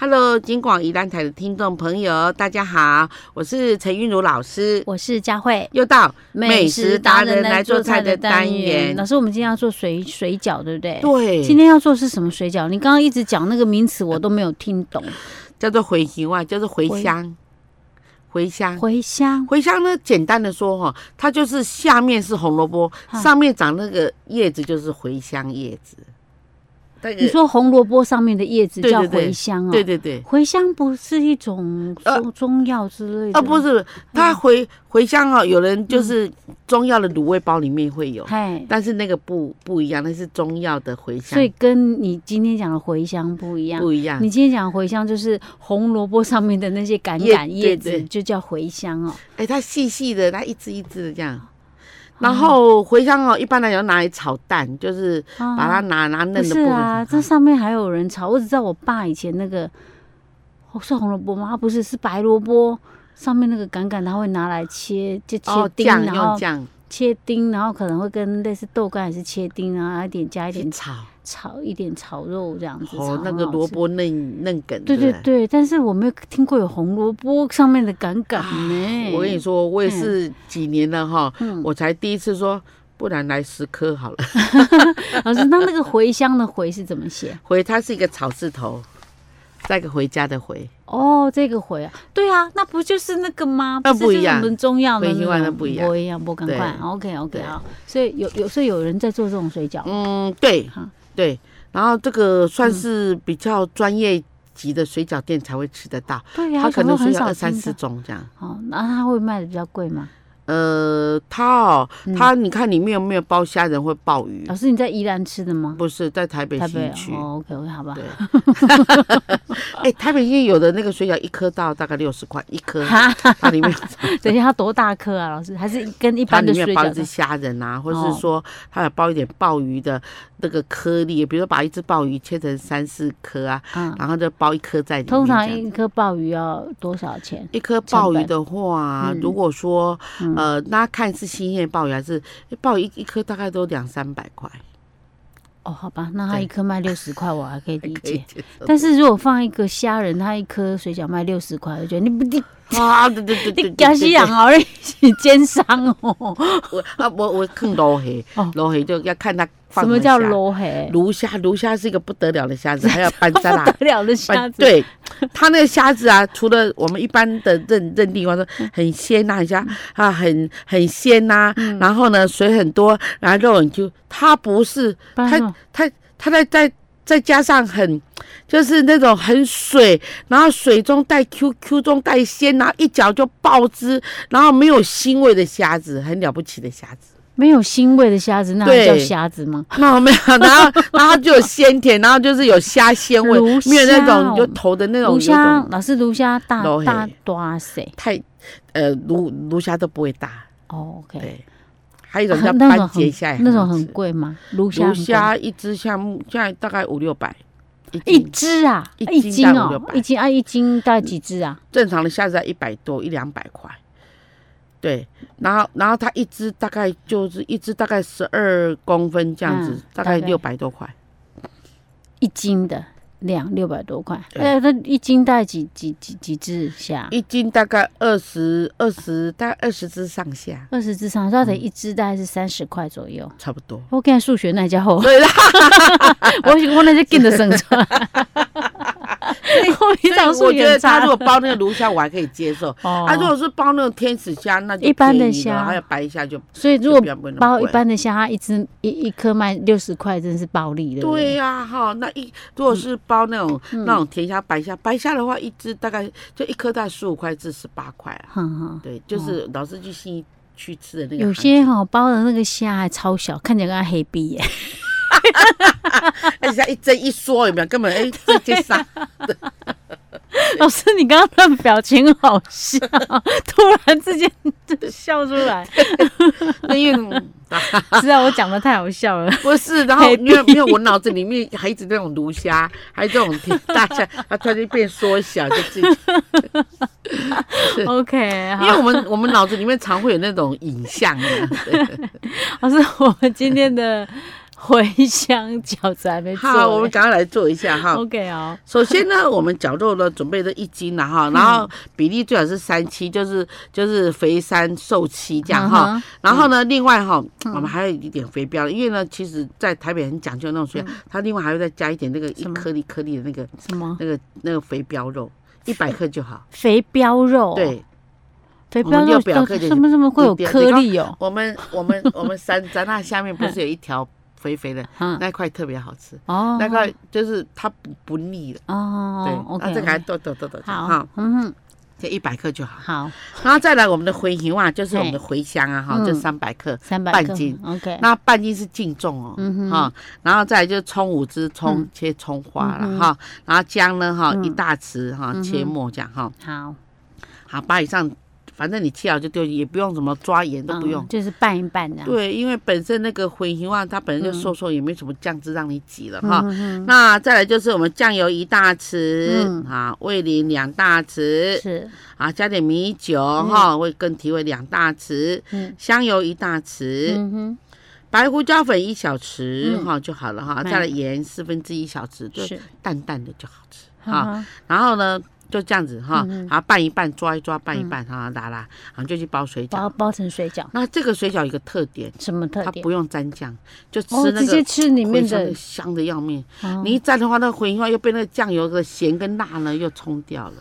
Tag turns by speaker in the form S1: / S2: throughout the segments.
S1: Hello，金广宜兰台的听众朋友，大家好，我是陈韵如老师，
S2: 我是佳慧。
S1: 又到
S2: 老师，我们今天要做水水饺，对不对？
S1: 对，
S2: 今天要做是什么水饺？你刚刚一直讲那个名词，我都没有听懂。
S1: 叫做茴香啊，叫做茴香，茴香。
S2: 茴香，
S1: 茴香呢，简单的说哈，它就是下面是红萝卜，
S2: 啊
S1: 上面长那个叶子就是茴香叶子。那个
S2: 你说红萝卜上面的叶子
S1: 呃对
S2: 叫
S1: 对对
S2: 茴香哦。
S1: 对对对，
S2: 茴香不是一种
S1: 呃
S2: 中中药之类的？
S1: 啊不，是，它茴茴香哦，有人就是
S2: 嗯
S1: 中药的卤味包里面会有，
S2: 嘿，
S1: 但是那个不不一样，那是中药的茴香
S2: 所，以跟你今天讲的茴香不一样。
S1: 不一样
S2: 你。今天讲的茴香就是红萝卜上面的那些杆杆
S1: 叶对
S2: 叶子，
S1: 对
S2: 就叫茴香哦。
S1: 哎、它细细的，它一支一支的这样。然后茴香哦，一般来讲拿来炒蛋，就是
S2: 啊
S1: 把它拿拿嫩
S2: 不
S1: 的
S2: 是
S1: 部分。
S2: 啊，这上面还有人炒。我只知道我爸以前那个，哦、是红萝卜吗？啊不是，是白萝卜。上面那个杆杆，他会拿来切，就切
S1: 哦，
S2: 丁，
S1: 酱
S2: 然
S1: 用
S2: 后
S1: 酱
S2: 切丁，然后可能会跟类似豆干还是切丁，然后一点加一
S1: 去
S2: 点
S1: 炒。
S2: 炒一点炒肉这样子。
S1: 哦
S2: 炒，
S1: 那
S2: 很
S1: 个
S2: 好
S1: 萝
S2: 吃。
S1: 卜嫩嫩梗。
S2: 对
S1: 对
S2: 对
S1: 不对。
S2: 对，但是我没有听过有红萝卜上面的杆杆呢。
S1: 啊我跟你，说，我也是几年了哈，
S2: 嗯，
S1: 我才第一次说，不然来十颗好了。
S2: 老师，那那个茴香的茴是怎么写？
S1: 回它是一个草字头，再一个回家的回，
S2: 哦，这个回啊，对啊，那不就是那个吗？
S1: 那
S2: 是
S1: 不
S2: 就是
S1: 一样
S2: 我们中药的
S1: 回
S2: 那
S1: 另外的
S2: 种
S1: 不一样
S2: 不一样，不赶
S1: 对
S2: 快。OK OK
S1: 对
S2: 啊，所以有有所以有人在做这种水饺，
S1: 嗯，对
S2: 好
S1: 对。然后这个算是
S2: 嗯
S1: 比较专业级的水饺店才会吃得到，
S2: 对呀，
S1: 它可
S2: 小时
S1: 能
S2: 候
S1: 需
S2: 很
S1: 要
S2: 少
S1: 二三
S2: 听
S1: 十
S2: 到。
S1: 种这样。
S2: 哦，那它会卖的比较贵吗？
S1: 呃，它哦，
S2: 嗯
S1: 它你看里面有没有包虾仁或鲍鱼？
S2: 老师，你在宜兰吃的吗？
S1: 不是，在台北
S2: 台
S1: 西
S2: 北
S1: 区。
S2: 哦，OK OK，好吧
S1: 对。 哎、台北西有的那个水饺一颗到大概六十块一 颗，
S2: 哈，
S1: 它里面
S2: 等一下，它多大颗啊？老师，还是跟一
S1: 它
S2: 般
S1: 里
S2: 的
S1: 面
S2: 水
S1: 包一
S2: 饺
S1: 只
S2: 的？
S1: 虾仁啊，或
S2: 哦
S1: 是说它有包一点鲍鱼的那个颗粒，比如说把一只鲍鱼切成三四颗啊，
S2: 嗯，
S1: 然后就包一颗在里面这样。
S2: 通常一颗鲍鱼要多少钱？
S1: 一颗
S2: 成
S1: 鲍鱼
S2: 本
S1: 的话，
S2: 嗯
S1: 如果说
S2: 嗯
S1: 呃，那看是新鲜鲍鱼还是鲍鱼一一颗大概都两三百块，
S2: 哦，好吧，那它
S1: 对
S2: 一颗卖六十块，我还可以理
S1: 可以
S2: 解。
S1: 接受
S2: 但是如果放一个虾仁，它一颗水饺卖六十块，我觉得你不你
S1: 啊，对对 对对对，
S2: 你假死人
S1: 对
S2: 哦，你是奸商哦。
S1: 我啊，我我看罗黑
S2: 哦，
S1: 罗黑就要看它 放
S2: 什么叫
S1: 虾？
S2: 罗黑？
S1: 鲈虾，鲈虾是一个不得了的虾 子，还有班
S2: 不
S1: 沙拉
S2: 得。了的 虾
S1: 班
S2: 子，
S1: 哎对，它那个虾子啊，除了我们一般的认认定，我说
S2: 嗯
S1: 很鲜呐、很虾啊，很很鲜呐、
S2: 嗯
S1: 然后呢水很多，然后肉很 Q，它不是，
S2: 不然
S1: 它
S2: 什么
S1: 它它再再再加上很，就是那种很水，然后水中带 QQ 中带鲜，然后一嚼就爆汁，然后没有腥味的虾子，很了不起的虾 子。
S2: 没有腥味的虾子，那还
S1: 对
S2: 叫虾子吗？
S1: 那我没有，然后然后它就有鲜甜，然后就是有虾鲜味，
S2: 卤虾
S1: 没有那种
S2: 哦
S1: 就头的那种
S2: 芦
S1: 有
S2: 虾
S1: 种，
S2: 老师，芦虾大
S1: 罗黑
S2: 大多谁？
S1: 太呃鲈鲈虾都不会大，
S2: 哦，OK，
S1: 对。还有一种叫
S2: 啊那种
S1: 斑节
S2: 很
S1: 虾也好吃，
S2: 那种很贵吗？芦虾
S1: 鲈
S2: 很贵吗
S1: 虾一只像目现在大概五六百一
S2: 一
S1: 斤，
S2: 只啊，
S1: 一
S2: 一
S1: 斤
S2: 斤
S1: 大概五六
S2: 哦，
S1: 百
S2: 一斤啊，一斤大概几只啊？
S1: 正常的虾子要一百多一两百块，对，然后然后它一只大概就是一只大概十二公分这样子，
S2: 嗯
S1: 大概
S2: 大概
S1: 六百多块，
S2: 一斤的两六百多块，
S1: 对
S2: 哎，那一斤大概几几几几只虾？
S1: 一斤大概二十二十大概二十只上下，
S2: 二十只上，它得一只大概是三十块左右。
S1: 差不多。
S2: 我看数学那家伙，
S1: 对啦，
S2: 我我那就跟着生 存。我平常数
S1: 我觉
S2: 学
S1: 得
S2: 很
S1: 他如
S2: 差
S1: 果包那个鲈虾，我还可以接受。
S2: 哦
S1: 啊他如果是包那种天使虾，那就
S2: 一般的
S1: 便宜了
S2: 虾
S1: 还有白虾就
S2: 所以如
S1: 就比较不会
S2: 果
S1: 那么
S2: 包一
S1: 贵
S2: 般的虾，它一只一一颗卖六十块，真是暴利的。
S1: 对
S2: 呀，
S1: 呀、哈，那一如果是包那种、
S2: 嗯
S1: 那种甜虾、白虾，白虾的话，一只大概就一颗大概十五块至十八块啊。
S2: 哼哼。
S1: 对，就是老是去新去吃的那个
S2: 哦有
S1: 行
S2: 些
S1: 情，
S2: 哈、包的那个虾还超小，看起来跟它黑逼耶。
S1: 而且它一蒸一缩有没有？根本哎，这这啥？
S2: 老师，你刚刚那表情好笑，突然之间就笑出来，
S1: 那因为嗯
S2: 知道我讲的太好笑了。
S1: 不是，然后
S2: 黑
S1: 因为因为我脑子里面还一直那种鲈虾，还有这种甜大虾，它突然间变缩小，就自己
S2: OK，
S1: 因
S2: 好
S1: 为，我们我们脑子里面常会有那种影像啊。对
S2: 老师，我们今天的茴香饺子还没做嘞。
S1: 好，我们赶快来做一下 哈。
S2: OK 哦，
S1: 首先呢，我们绞肉呢准备了一斤了哈，然后比例最好是三七，就是就是肥三瘦七这样哈。
S2: 嗯哼
S1: 然后呢，另外哈，我们还有一点肥膘，因为呢，其实在台北很讲究那种肥，它另外还会再加一点那个一
S2: 什么
S1: 颗粒颗粒的那个
S2: 什么
S1: 那个那个肥膘 肉，一百克就好。
S2: 肥膘肉？，
S1: 对，
S2: 肥
S1: 我
S2: 膘
S1: 们
S2: 肉
S1: 要表克就是
S2: 什么什么会有颗粒哦？
S1: 我们我们我们山楂那下面不是有一条肥肥的
S2: 嗯，
S1: 那块特别好吃，
S2: 哦，
S1: 那块就是它不不腻的。
S2: 哦
S1: 对，那
S2: ，OK，
S1: 这个还剁剁剁剁，
S2: 好，，嗯，
S1: 这一百克就好。
S2: 好，
S1: 然后再来我们的茴香啊，就是我们的茴香啊，哈，
S2: 嗯
S1: 就三百克，
S2: 三百
S1: 半
S2: 克
S1: 斤
S2: ，OK，
S1: 那半斤是净重哦，
S2: 嗯哼
S1: 哈，然后再来就是葱五支，葱
S2: 嗯
S1: 切葱花了
S2: 嗯哼
S1: 哈，然后姜呢哈
S2: 嗯
S1: 一大匙哈
S2: 嗯哼
S1: 切末这样哈，
S2: 好，
S1: 好把以上反正你切好就丢进去，也不用什么抓盐都不
S2: 嗯
S1: 用。
S2: 就是拌一拌这样。
S1: 对，因为本身那个茴香啊，它本身就
S2: 嗯
S1: 瘦瘦，也没什么酱汁让你挤了
S2: 嗯
S1: 哈。
S2: 哼哼
S1: 那再来就是我们酱油一大匙，
S2: 嗯
S1: 啊，味淋两大匙，
S2: 是，
S1: 啊，加点米酒哈，味更提味两大匙，
S2: 嗯
S1: 香油一大匙，
S2: 嗯哼，
S1: 白胡椒粉一小匙
S2: 嗯
S1: 哈、就好了哈，
S2: 嗯，
S1: 再来盐四分之一小匙，就是淡淡的就好吃哈。
S2: 哈，
S1: 然后呢，就这样子哈，
S2: 嗯哼
S1: 然后拌一拌，抓一抓，拌一拌哈，拉拉，然后就去包水
S2: 包
S1: 饺。
S2: 包成水饺，
S1: 那这个水饺有一个特点，
S2: 什么特
S1: 它
S2: 点？
S1: 不用沾酱，就吃
S2: 哦，
S1: 那
S2: 直接
S1: 个。
S2: 吃里面的，
S1: 香的要命，
S2: 哦
S1: 你一沾的话，那个茴香又被那个酱油的咸跟辣呢又冲掉了。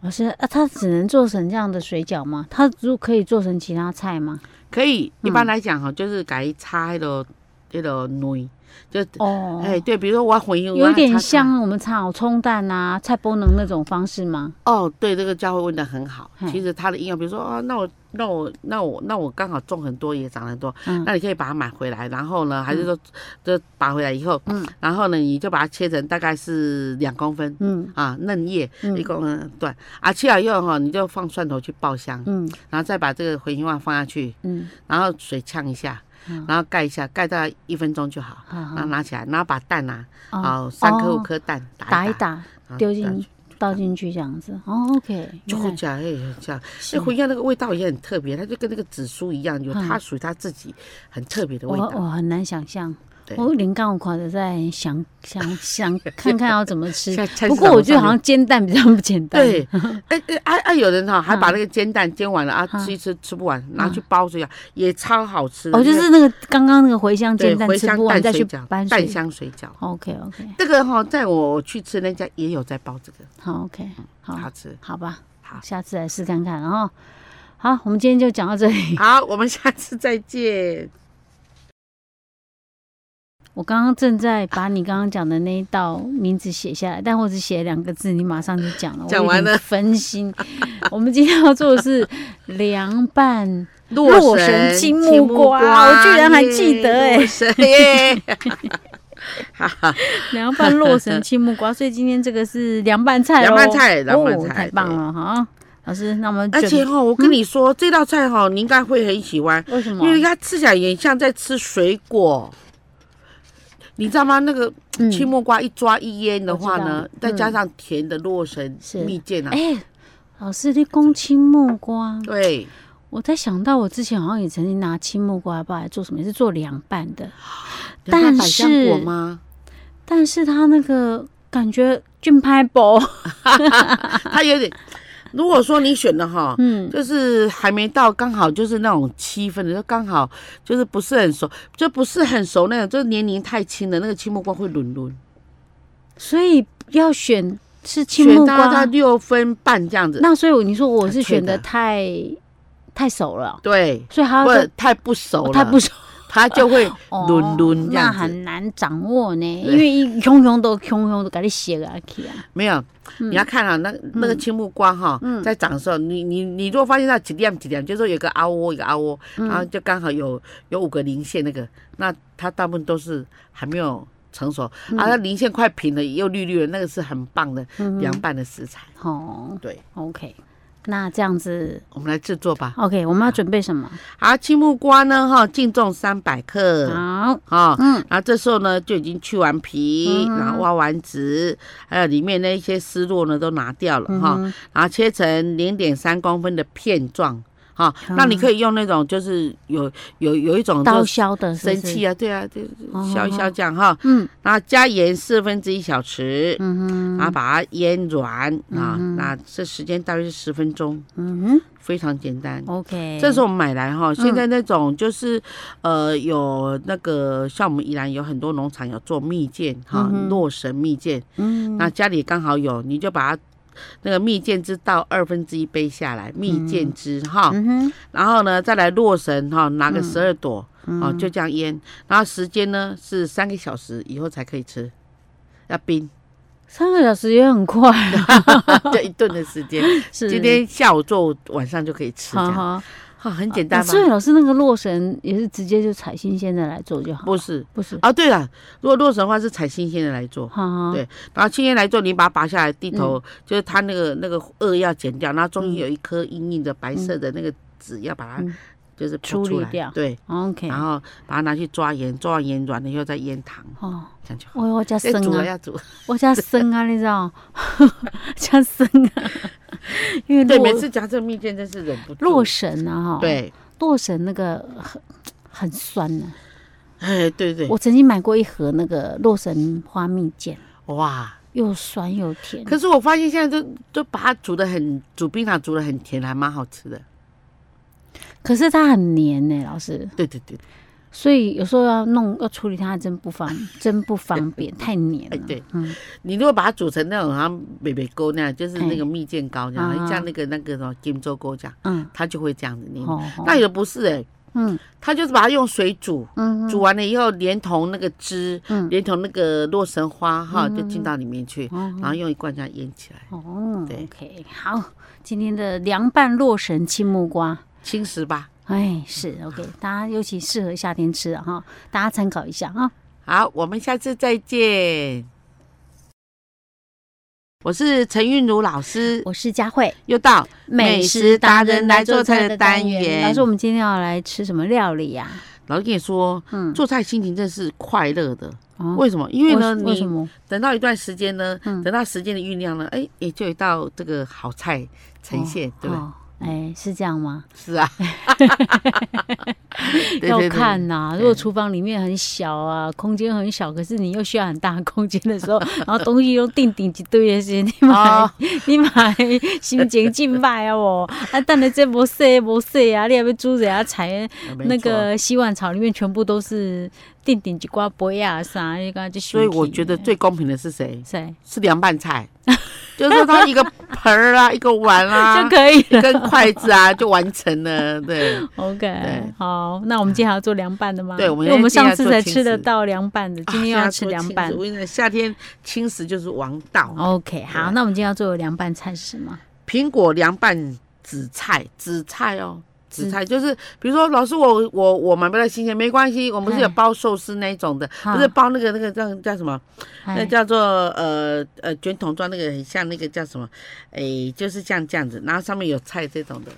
S2: 老师啊，它只能做成这样的水饺吗？它如果可以做成其他菜吗？
S1: 可以，一
S2: 嗯
S1: 般来讲哈，就是改擦那个那个卵，就
S2: 哦，
S1: 哎对，比如说我要茴香，
S2: 有
S1: 我要
S2: 点
S1: 擦擦
S2: 像我们炒葱蛋啊、菜包能那种方式吗？
S1: 哦，对，这个教会问的很好
S2: 嘿。
S1: 其实它的应用，比如说啊，那我那我那我那我刚好种很多，也长很多，
S2: 嗯
S1: 那你可以把它买回来，然后呢，还是说、就拔回来以后，
S2: 嗯
S1: 然后呢，你就把它切成大概是两公分。
S2: 嗯
S1: 啊，嫩叶
S2: 嗯
S1: 一公分段，啊，切好以后哈，你就放蒜头去爆香，
S2: 嗯
S1: 然后再把这个茴香花放下去，
S2: 嗯，
S1: 然后水呛一下，
S2: 嗯
S1: 然后盖一下，盖大概一分钟就嗯好，
S2: 好哦
S1: 然后
S2: 好
S1: 拿起来，然后把蛋啊，
S2: 哦，
S1: 啊，三颗
S2: 哦
S1: 五颗蛋打
S2: 打
S1: 一
S2: 一
S1: 打，
S2: 打，
S1: 然后
S2: 丢
S1: 这样
S2: 进
S1: 去
S2: 倒进去这样子。哦，OK，
S1: 就会
S2: 原来
S1: 这样，哎，这样。
S2: 是
S1: 那茴香那个味道也很特别，它就跟那个紫苏一样，有它
S2: 嗯哦
S1: 属于它自己很特别的
S2: 我
S1: 味道。
S2: 我很难想象，
S1: 对
S2: 我连刚我垮的在想想 想看看要怎么吃。
S1: 现在菜市
S2: 不
S1: 场
S2: 过我觉得
S1: 上
S2: 好
S1: 面
S2: 像煎蛋比较不简单。
S1: 对， 哎哎哎哎，有人哈还把那个煎蛋煎完了啊，
S2: 嗯
S1: 吃一吃吃不完，拿去包水饺，也超好吃的。
S2: 哦，就
S1: 那个
S2: 是那个刚刚那个茴香
S1: 对
S2: 煎蛋
S1: 茴
S2: 吃
S1: 香
S2: 不完，
S1: 蛋
S2: 再去
S1: 水饺，
S2: 拌
S1: 蛋
S2: 水。
S1: 香水饺。
S2: OK OK，
S1: 这个哈，在我去吃那家也有在包这个，
S2: 好 OK，好
S1: 嗯好，吃。
S2: 好吧，
S1: 好
S2: 下次来试看看。然后，好，我们今天就讲到 这 里。
S1: 好，我们下次再见。
S2: 我刚刚正在把你刚刚讲的那一道名字写下来，但我只写了两个字，你马上就讲了，我
S1: 讲
S2: 有
S1: 完
S2: 点
S1: 了
S2: 分心。 我们今天要做的是凉拌，
S1: 洛
S2: 神青木
S1: 青
S2: 瓜我居然还记得
S1: 耶
S2: 哎
S1: 洛神耶！哈 哈，
S2: 凉拌洛神青木瓜，所以今天这个是凉拌菜
S1: 凉
S2: 咯
S1: 拌菜凉拌
S2: 哦，
S1: 菜
S2: 太棒了哈！老师，那我们
S1: 而
S2: 准
S1: 且哈，我跟你说，这道菜哈，你应该会很喜欢。
S2: 为什么
S1: 因？为它吃起来也像在吃水果，你知道吗？那个
S2: 嗯
S1: 青木瓜一抓一腌的话
S2: 我
S1: 呢
S2: 知道，
S1: 再加上甜的洛神
S2: 是
S1: 蜜饯啊，
S2: 哎、老师，你讲青木瓜，
S1: 对，
S2: 我在想到我之前好像也曾经拿青木瓜吧来做什么，也是做凉拌的，
S1: 有加
S2: 但
S1: 百香果
S2: 是
S1: 吗？
S2: 但是它那个感觉菌拍薄，
S1: 它有点，如果说你选的哈。
S2: 嗯，
S1: 就是还没到，刚好就是那种七分的，就刚好就是不是很熟，就不是很熟那种，就是年龄太轻的那个青木瓜会轮轮，
S2: 所以要选是青
S1: 选
S2: 木
S1: 到它
S2: 瓜。
S1: 六分半这样子。
S2: 那所以你说我
S1: 脆
S2: 是选的
S1: 的
S2: 太太熟了，
S1: 对，
S2: 所以还要
S1: 不
S2: 再
S1: 太不熟
S2: 哦
S1: 了，
S2: 太不熟，
S1: 它就会
S2: 哦
S1: 轮轮这
S2: 那
S1: 样子。
S2: 很难掌握呢，
S1: 对
S2: 因为一汹汹都汹汹都给你写下去啊，
S1: 没有，你要看啊，那
S2: 嗯
S1: 那个青木瓜哈，在长的时候，你你你如果发现它几亮几亮，就是说有个凹窝，有个凹窝，
S2: 嗯
S1: 然后就刚好有有五个零线那个，那它大部分都是还没有成熟，
S2: 嗯
S1: 啊，那零线快平了，又绿绿的，那个是很棒的凉拌的食材。
S2: 哦
S1: 对，
S2: 嗯，OK，那这样子
S1: 我们来制作吧。
S2: ，OK，我们要准备什么？
S1: 好，青木瓜呢哈，净重三百克。
S2: 好，
S1: 啊，
S2: 嗯
S1: 然后这时候呢就已经去完皮，
S2: 嗯
S1: 然后挖完籽，还有里面那一些丝络呢都拿掉了哈。
S2: 嗯
S1: 然后切成零点三公分的片状。哈，那你可以用那种就是有有有一种
S2: 刀
S1: 就
S2: 削的是
S1: 神
S2: 不是
S1: 器啊，对啊，对，
S2: 哦
S1: 削一削这样哈，
S2: 嗯
S1: 然后加盐四分之一小匙，
S2: 嗯哼
S1: 然后把它腌软啊，那这时间大约是十分钟，
S2: 嗯
S1: 非常简单。
S2: 哼，OK，
S1: 这是我们买来
S2: 嗯
S1: 哈，现在那种就是，呃，有那个像我们宜兰有很多农场有做蜜饯哈
S2: 嗯，哼
S1: 洛神蜜饯，
S2: 嗯
S1: 那家里刚好有，你就把它那个蜜饯汁倒二分之一杯下来，蜜饯汁哈，
S2: 嗯哼
S1: 然后呢再来洛神哈，拿个十二朵，
S2: 嗯
S1: 哦就这样腌，然后时间呢是三个小时以后才可以吃，要冰，
S2: 三个小时也很快啊，
S1: 这一顿的时间，
S2: 是
S1: 今天下午做晚上就可以吃，这
S2: 好
S1: 样，
S2: 好，啊哎
S1: 哈很简单吗？
S2: 所以老师那个洛神也是直接就采新鲜的来做就好，
S1: 不是。
S2: 不是，
S1: 啊，对了，如果洛神花是采新鲜的来做，
S2: 好好，
S1: 对然后新鲜来做，你把它拔下来，地
S2: 嗯
S1: 头、就是它那个那个萼要剪掉，然后中间有一颗硬硬的白色的那个籽，要把它
S2: 嗯
S1: 就是剖
S2: 处理
S1: 出来
S2: 掉嗯
S1: 对，
S2: ，OK，
S1: 然后把它拿去抓盐，抓完盐软了以后再腌糖，
S2: 哦，
S1: 这样就好。
S2: 我我加
S1: 要
S2: 生
S1: 煮了
S2: 啊，
S1: 哎要煮，
S2: 我加生 啊，你知 道，加生啊，因为
S1: 对，
S2: 洛
S1: 每次夹这个蜜饯真是忍不住。
S2: 洛神啊哈，，
S1: 对，
S2: 洛神那个很很酸呢，
S1: 哎，对对，
S2: 我曾经买过一盒那个洛神花蜜饯，
S1: 哇！
S2: 又酸又甜，
S1: 可是我发现现在都都把它煮的很，煮冰糖煮的很甜，还蛮好吃的。
S2: 可是它很黏呢，老师。
S1: 对对对，
S2: 所以有时候要弄要处理它，真 不方真不方便，太黏
S1: 哎
S2: 了。
S1: 对，
S2: 嗯
S1: 你如果把它煮成那种好像北北糕那样，就是
S2: 哎
S1: 那个蜜饯糕这样，
S2: 啊
S1: 很像那个那个什么金州糕这样，
S2: 嗯，
S1: 它就会这样子黏。
S2: 哦，
S1: 那有的不哎是哎、
S2: 嗯
S1: 它就是把它用水煮，
S2: 嗯
S1: 煮完了以后连同那个汁，
S2: 嗯
S1: 连同那个洛神花哈，就进到里面去，
S2: 嗯
S1: 然后用一罐这样腌起来，
S2: 哦
S1: 对
S2: ，OK，好，今天的凉拌洛神青木瓜，
S1: 轻食吧。
S2: 哎，是 OK，大家尤其适合夏天吃啊哈，大家参考一下啊。
S1: 好，我们下次再见。我是陈韵如老师，
S2: 我是佳慧，
S1: 又到
S2: 老师，我们今天要来吃什么料理呀？
S1: 老师跟你说，
S2: 嗯，
S1: 做菜心情真是快乐的。
S2: 哦
S1: 为什么？因为呢，
S2: 为什
S1: 你
S2: 么？嗯
S1: 等到一段时间呢，等到时间的酝酿呢，哎，也就有一道这个好菜呈现，对不对？
S2: 哦哎，是这样吗？
S1: 是 啊，对
S2: 要
S1: 对对
S2: 看呐、如果
S1: 对
S2: 厨房里面很小啊，空间很小，可是你又需要很大的空间的时候， 然后东西又定定一堆的时候，你买、
S1: 哦
S2: 你买心情尽歹啊哦，啊，等下这无洗无洗啊，你还要煮一下菜，
S1: 没错
S2: 那个洗碗槽里面全部都是定定一挂杯啊啥，你刚就
S1: 所以我觉得
S2: 嗯
S1: 最公平的是谁？
S2: 在
S1: 是凉拌菜， 就是它一个盆儿啊，一个碗啊
S2: 就，哦可以
S1: 一
S2: 了。
S1: 根筷子啊，就完成了。 对，
S2: OK，
S1: 对
S2: 好，那我们今天还要做凉拌的吗？
S1: 对我们
S2: 因为我们
S1: 今天
S2: 上次
S1: 要做
S2: 才
S1: 亲
S2: 吃得
S1: 子
S2: 到凉拌的，今天
S1: 啊
S2: 要吃凉
S1: 现在
S2: 拌
S1: 说轻食。我跟你讲，夏天轻食就是王道。
S2: OK，好，那我们今天要做的凉拌菜是什么？
S1: 苹果凉拌紫菜，紫菜
S2: 嗯
S1: 哦，紫菜就是比如说，老师我我我买不到新鲜，没关系，我们不是有
S2: 哎
S1: 包寿司那一种的，
S2: 啊
S1: 不是包那个那个叫叫什么？那
S2: 哎
S1: 叫做呃呃卷筒状那个，很像那个叫什么？哎，就是像这样子，然后上面有菜这种的。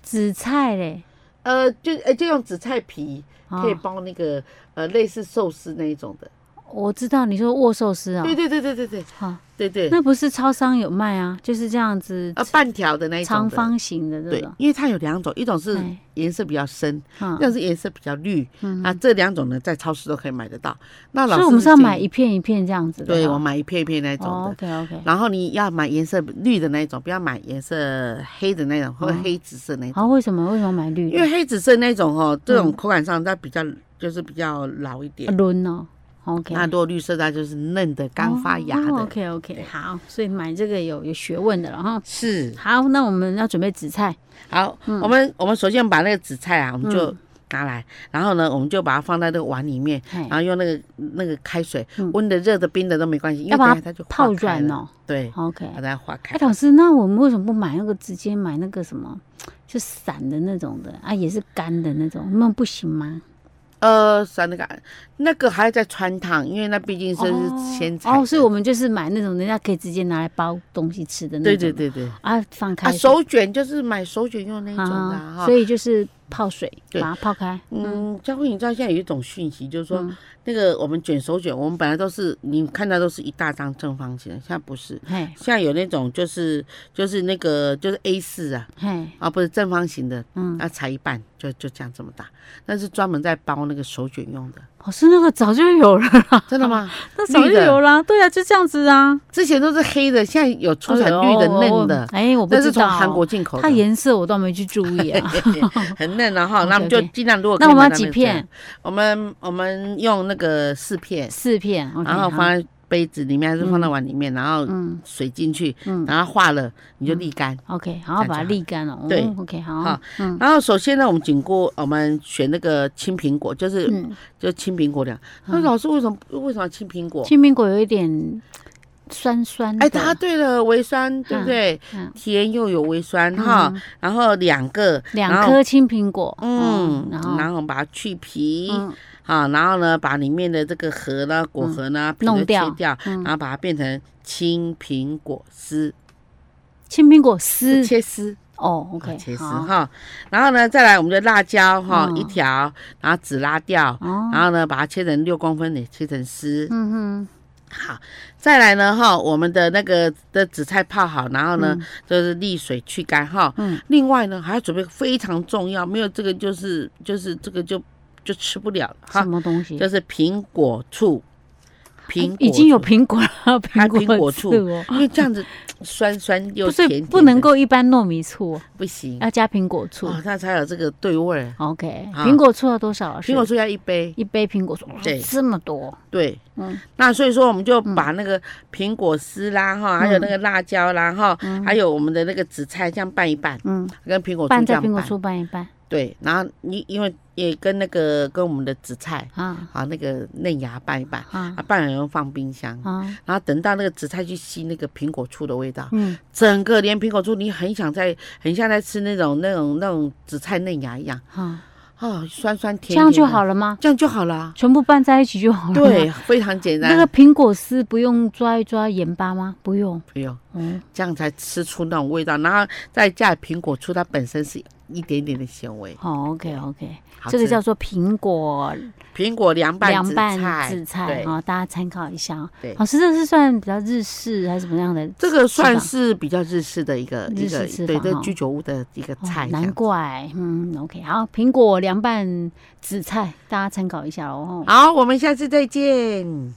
S2: 紫菜嘞，
S1: 呃，就呃就用紫菜皮
S2: 哦
S1: 可以包那个、呃类似寿司那一种的。
S2: 我知道你说握寿司啊、
S1: 对对对对对对
S2: 好、
S1: 对对，
S2: 那不是超商有卖啊，就是这样子
S1: 呃半条的那一种
S2: 长
S1: 的。
S2: 方形的这
S1: 对
S2: 种，，
S1: 因为它有两种，一种是
S2: 哎
S1: 颜色比较深，一
S2: 嗯，
S1: 种是颜色比较绿。啊，这两种呢，在超市都可以买得到。那老
S2: 所
S1: 师
S2: 以我们是要
S1: 建议
S2: 买一片一片这样子的吧，
S1: 对，我买一片一片那种的。
S2: 哦，OK OK，
S1: 然后你要买颜色绿的那一种，不要买颜色黑的那种，或者黑紫色那种，
S2: 哦好，嗯为什么为什么买绿
S1: 因
S2: 的？
S1: 为黑紫色那种哦，这种口感上它比较就是比较老一点。
S2: 轮哦，OK，
S1: 那如果绿色它就是嫩的，刚发芽的。
S2: 哦，OK OK，好，所以买这个有有学问的了哈。
S1: 是
S2: 好，那我们要准备紫菜，
S1: 好，
S2: 嗯
S1: 我们我们首先把那个紫菜啊，我们就拿来，然后呢，我们就把它放在那个碗里面，
S2: 嘿
S1: 然，后用那个那个开水，温的、热的、冰的都没关系，因为
S2: 嗯要把
S1: 等
S2: 它
S1: 一下它就化
S2: 泡
S1: 开
S2: 软
S1: 了。
S2: 哦
S1: 对，
S2: ，OK
S1: 把。它化开
S2: 哎、。老师，那我们为什么不买那个直接买那个什么，就散的那种的啊，也是干的那种，那不行吗？
S1: 呃，三那个那个还要再穿烫，因为那毕竟是
S2: 哦
S1: 鲜菜
S2: 哦，所以
S1: 的
S2: 我们就是买那种人家可以直接拿来包东西吃的那种。
S1: 对对对对。
S2: 啊，放开
S1: 啊，
S2: 水
S1: 手卷就是买手卷用那一种的
S2: 啊
S1: 啊哈
S2: 所，以就是泡水，
S1: 对
S2: 把它泡开。
S1: 嗯，佳慧，你知道现在有一种讯息，就是
S2: 嗯
S1: 说、那个我们卷手卷，我们本来都是你看到都是一大张正方形，现在不是，
S2: 嘿，
S1: 现在有那种就是就是那个就是 A 四啊，
S2: 嘿，
S1: 啊不是正方形的，
S2: 嗯，
S1: 啊裁一半就就这样这么大，那是专门在包那个手卷用的，
S2: 老师那个早就有了 啦，
S1: 真的吗？
S2: 那早就
S1: 绿的
S2: 有啦，对啊，就这样子啊，
S1: 之前都是黑的，现在有出产绿的
S2: 哦
S1: 嫩的，
S2: 哎，我不
S1: 那
S2: 知
S1: 是从
S2: 道，
S1: 韩国进口的
S2: 它，颜色我倒没去注意啊。
S1: 很嫩了哈。那我们就
S2: OK，OK
S1: 尽量如果
S2: 那
S1: 可以
S2: 我
S1: 买
S2: 们要
S1: 到
S2: 几
S1: 那个
S2: 片？？
S1: 我们我们用那个四片，
S2: 四片，OK，
S1: 然后
S2: 好
S1: 放在杯子里面还是放到碗里面，然后
S2: 嗯
S1: 水进去，
S2: 嗯
S1: 然后化了你就沥干。
S2: ，OK，好，把它沥干了。
S1: 对
S2: 哦，OK，好
S1: 好，
S2: 嗯
S1: 然后首先呢，我们紧锅，我们选那个青苹果，就是
S2: 嗯，
S1: 就青苹果凉。那老师为什么为什么要青苹果？
S2: 青苹果有一点酸酸的，
S1: 哎，答对了，微酸对不对
S2: 嗯？
S1: 甜又有微酸哈，然后两个，然
S2: 两
S1: 后
S2: 颗青苹果，
S1: 嗯，
S2: 哦然后
S1: 然后我们把它去皮
S2: 嗯
S1: 啊，然后呢，把里面的这个核呢、果核呢，皮都
S2: 弄掉
S1: 切掉，
S2: 嗯
S1: 然后把它变成青苹果丝，
S2: 青苹果丝
S1: 切丝，
S2: 哦
S1: 啊
S2: ，OK，
S1: 切丝
S2: 好，
S1: 哈。然后呢，再来我们就辣椒哈
S2: 嗯
S1: 一条，然后籽拉掉，
S2: 哦，
S1: 然后呢，把它切成六公分的，切成丝。
S2: 嗯哼，
S1: 好，再来呢哈，我们的那个的紫菜泡好，然后呢
S2: 嗯
S1: 就是沥水去干哈。
S2: 嗯
S1: 另外呢，还要准备非常重要，没有这个就是就是这个就就吃不了了
S2: 什
S1: 哈。
S2: 么东西？哎
S1: 就是苹果醋，苹果
S2: 已经有
S1: 醋
S2: 苹果了，
S1: 还
S2: 苹
S1: 苹果
S2: 醋
S1: 醋
S2: 哦，
S1: 因为这 样子酸酸又
S2: 不
S1: 甜
S2: 是
S1: 甜的，
S2: 不能够一般糯米醋，
S1: 不行
S2: 要加苹果醋。
S1: 哦，那才有这个对味儿。
S2: OK，
S1: 啊
S2: 苹果醋要多少啊？
S1: 苹果
S2: 是
S1: 醋要一杯，
S2: 一杯苹果醋，哇
S1: 对
S2: 这么多，
S1: 对，
S2: 嗯
S1: 那所以说我们就把那个苹果丝啦哈，还有那
S2: 嗯
S1: 个辣椒啦哈，还有我们的那个紫菜这样拌一拌，
S2: 嗯，
S1: 跟苹果醋
S2: 拌
S1: 这
S2: 在
S1: 样
S2: 苹果
S1: 拌，
S2: 醋拌一拌
S1: 对，然后你因为也跟那个跟我们的紫菜
S2: 啊
S1: 啊那个嫩芽拌一拌，
S2: 啊
S1: 啊拌完以后放冰箱，
S2: 啊，
S1: 然后等到那个紫菜去吸那个苹果醋的味道，
S2: 嗯，
S1: 整个连苹果醋，你很想在，很像在吃那种那种那种紫菜嫩芽一样，
S2: 好，
S1: 哦，酸酸
S2: 这
S1: 甜甜，
S2: 样就好
S1: 了，
S2: 了吗？
S1: 这样就好了啊。
S2: 全部拌在一起就好了。
S1: 对，，非常简单。
S2: 那个苹果丝不用抓一抓盐巴吗？不用，
S1: 不用，
S2: 嗯，
S1: 这样才吃出那种味道，然后再加苹果醋，它本身是一点点的咸味。
S2: 好，OK OK，
S1: 好
S2: 这个
S1: 吃
S2: 叫做苹果
S1: 苹果凉拌
S2: 凉
S1: 紫
S2: 拌
S1: 菜，
S2: 紫菜
S1: 对
S2: 啊、大家参考一下啊
S1: 对。
S2: 老师，这是算比较日式还是什么样的？
S1: 这个算
S2: 法
S1: 是比较日式的一个一
S2: 日式
S1: 个
S2: 吃
S1: 对，
S2: 法
S1: 这
S2: 哈
S1: 居酒屋的一个
S2: 哦
S1: 菜这样。
S2: 难怪，嗯，OK，好，苹果凉拌紫菜，大家参考一下哦。
S1: 好，我们下次再见。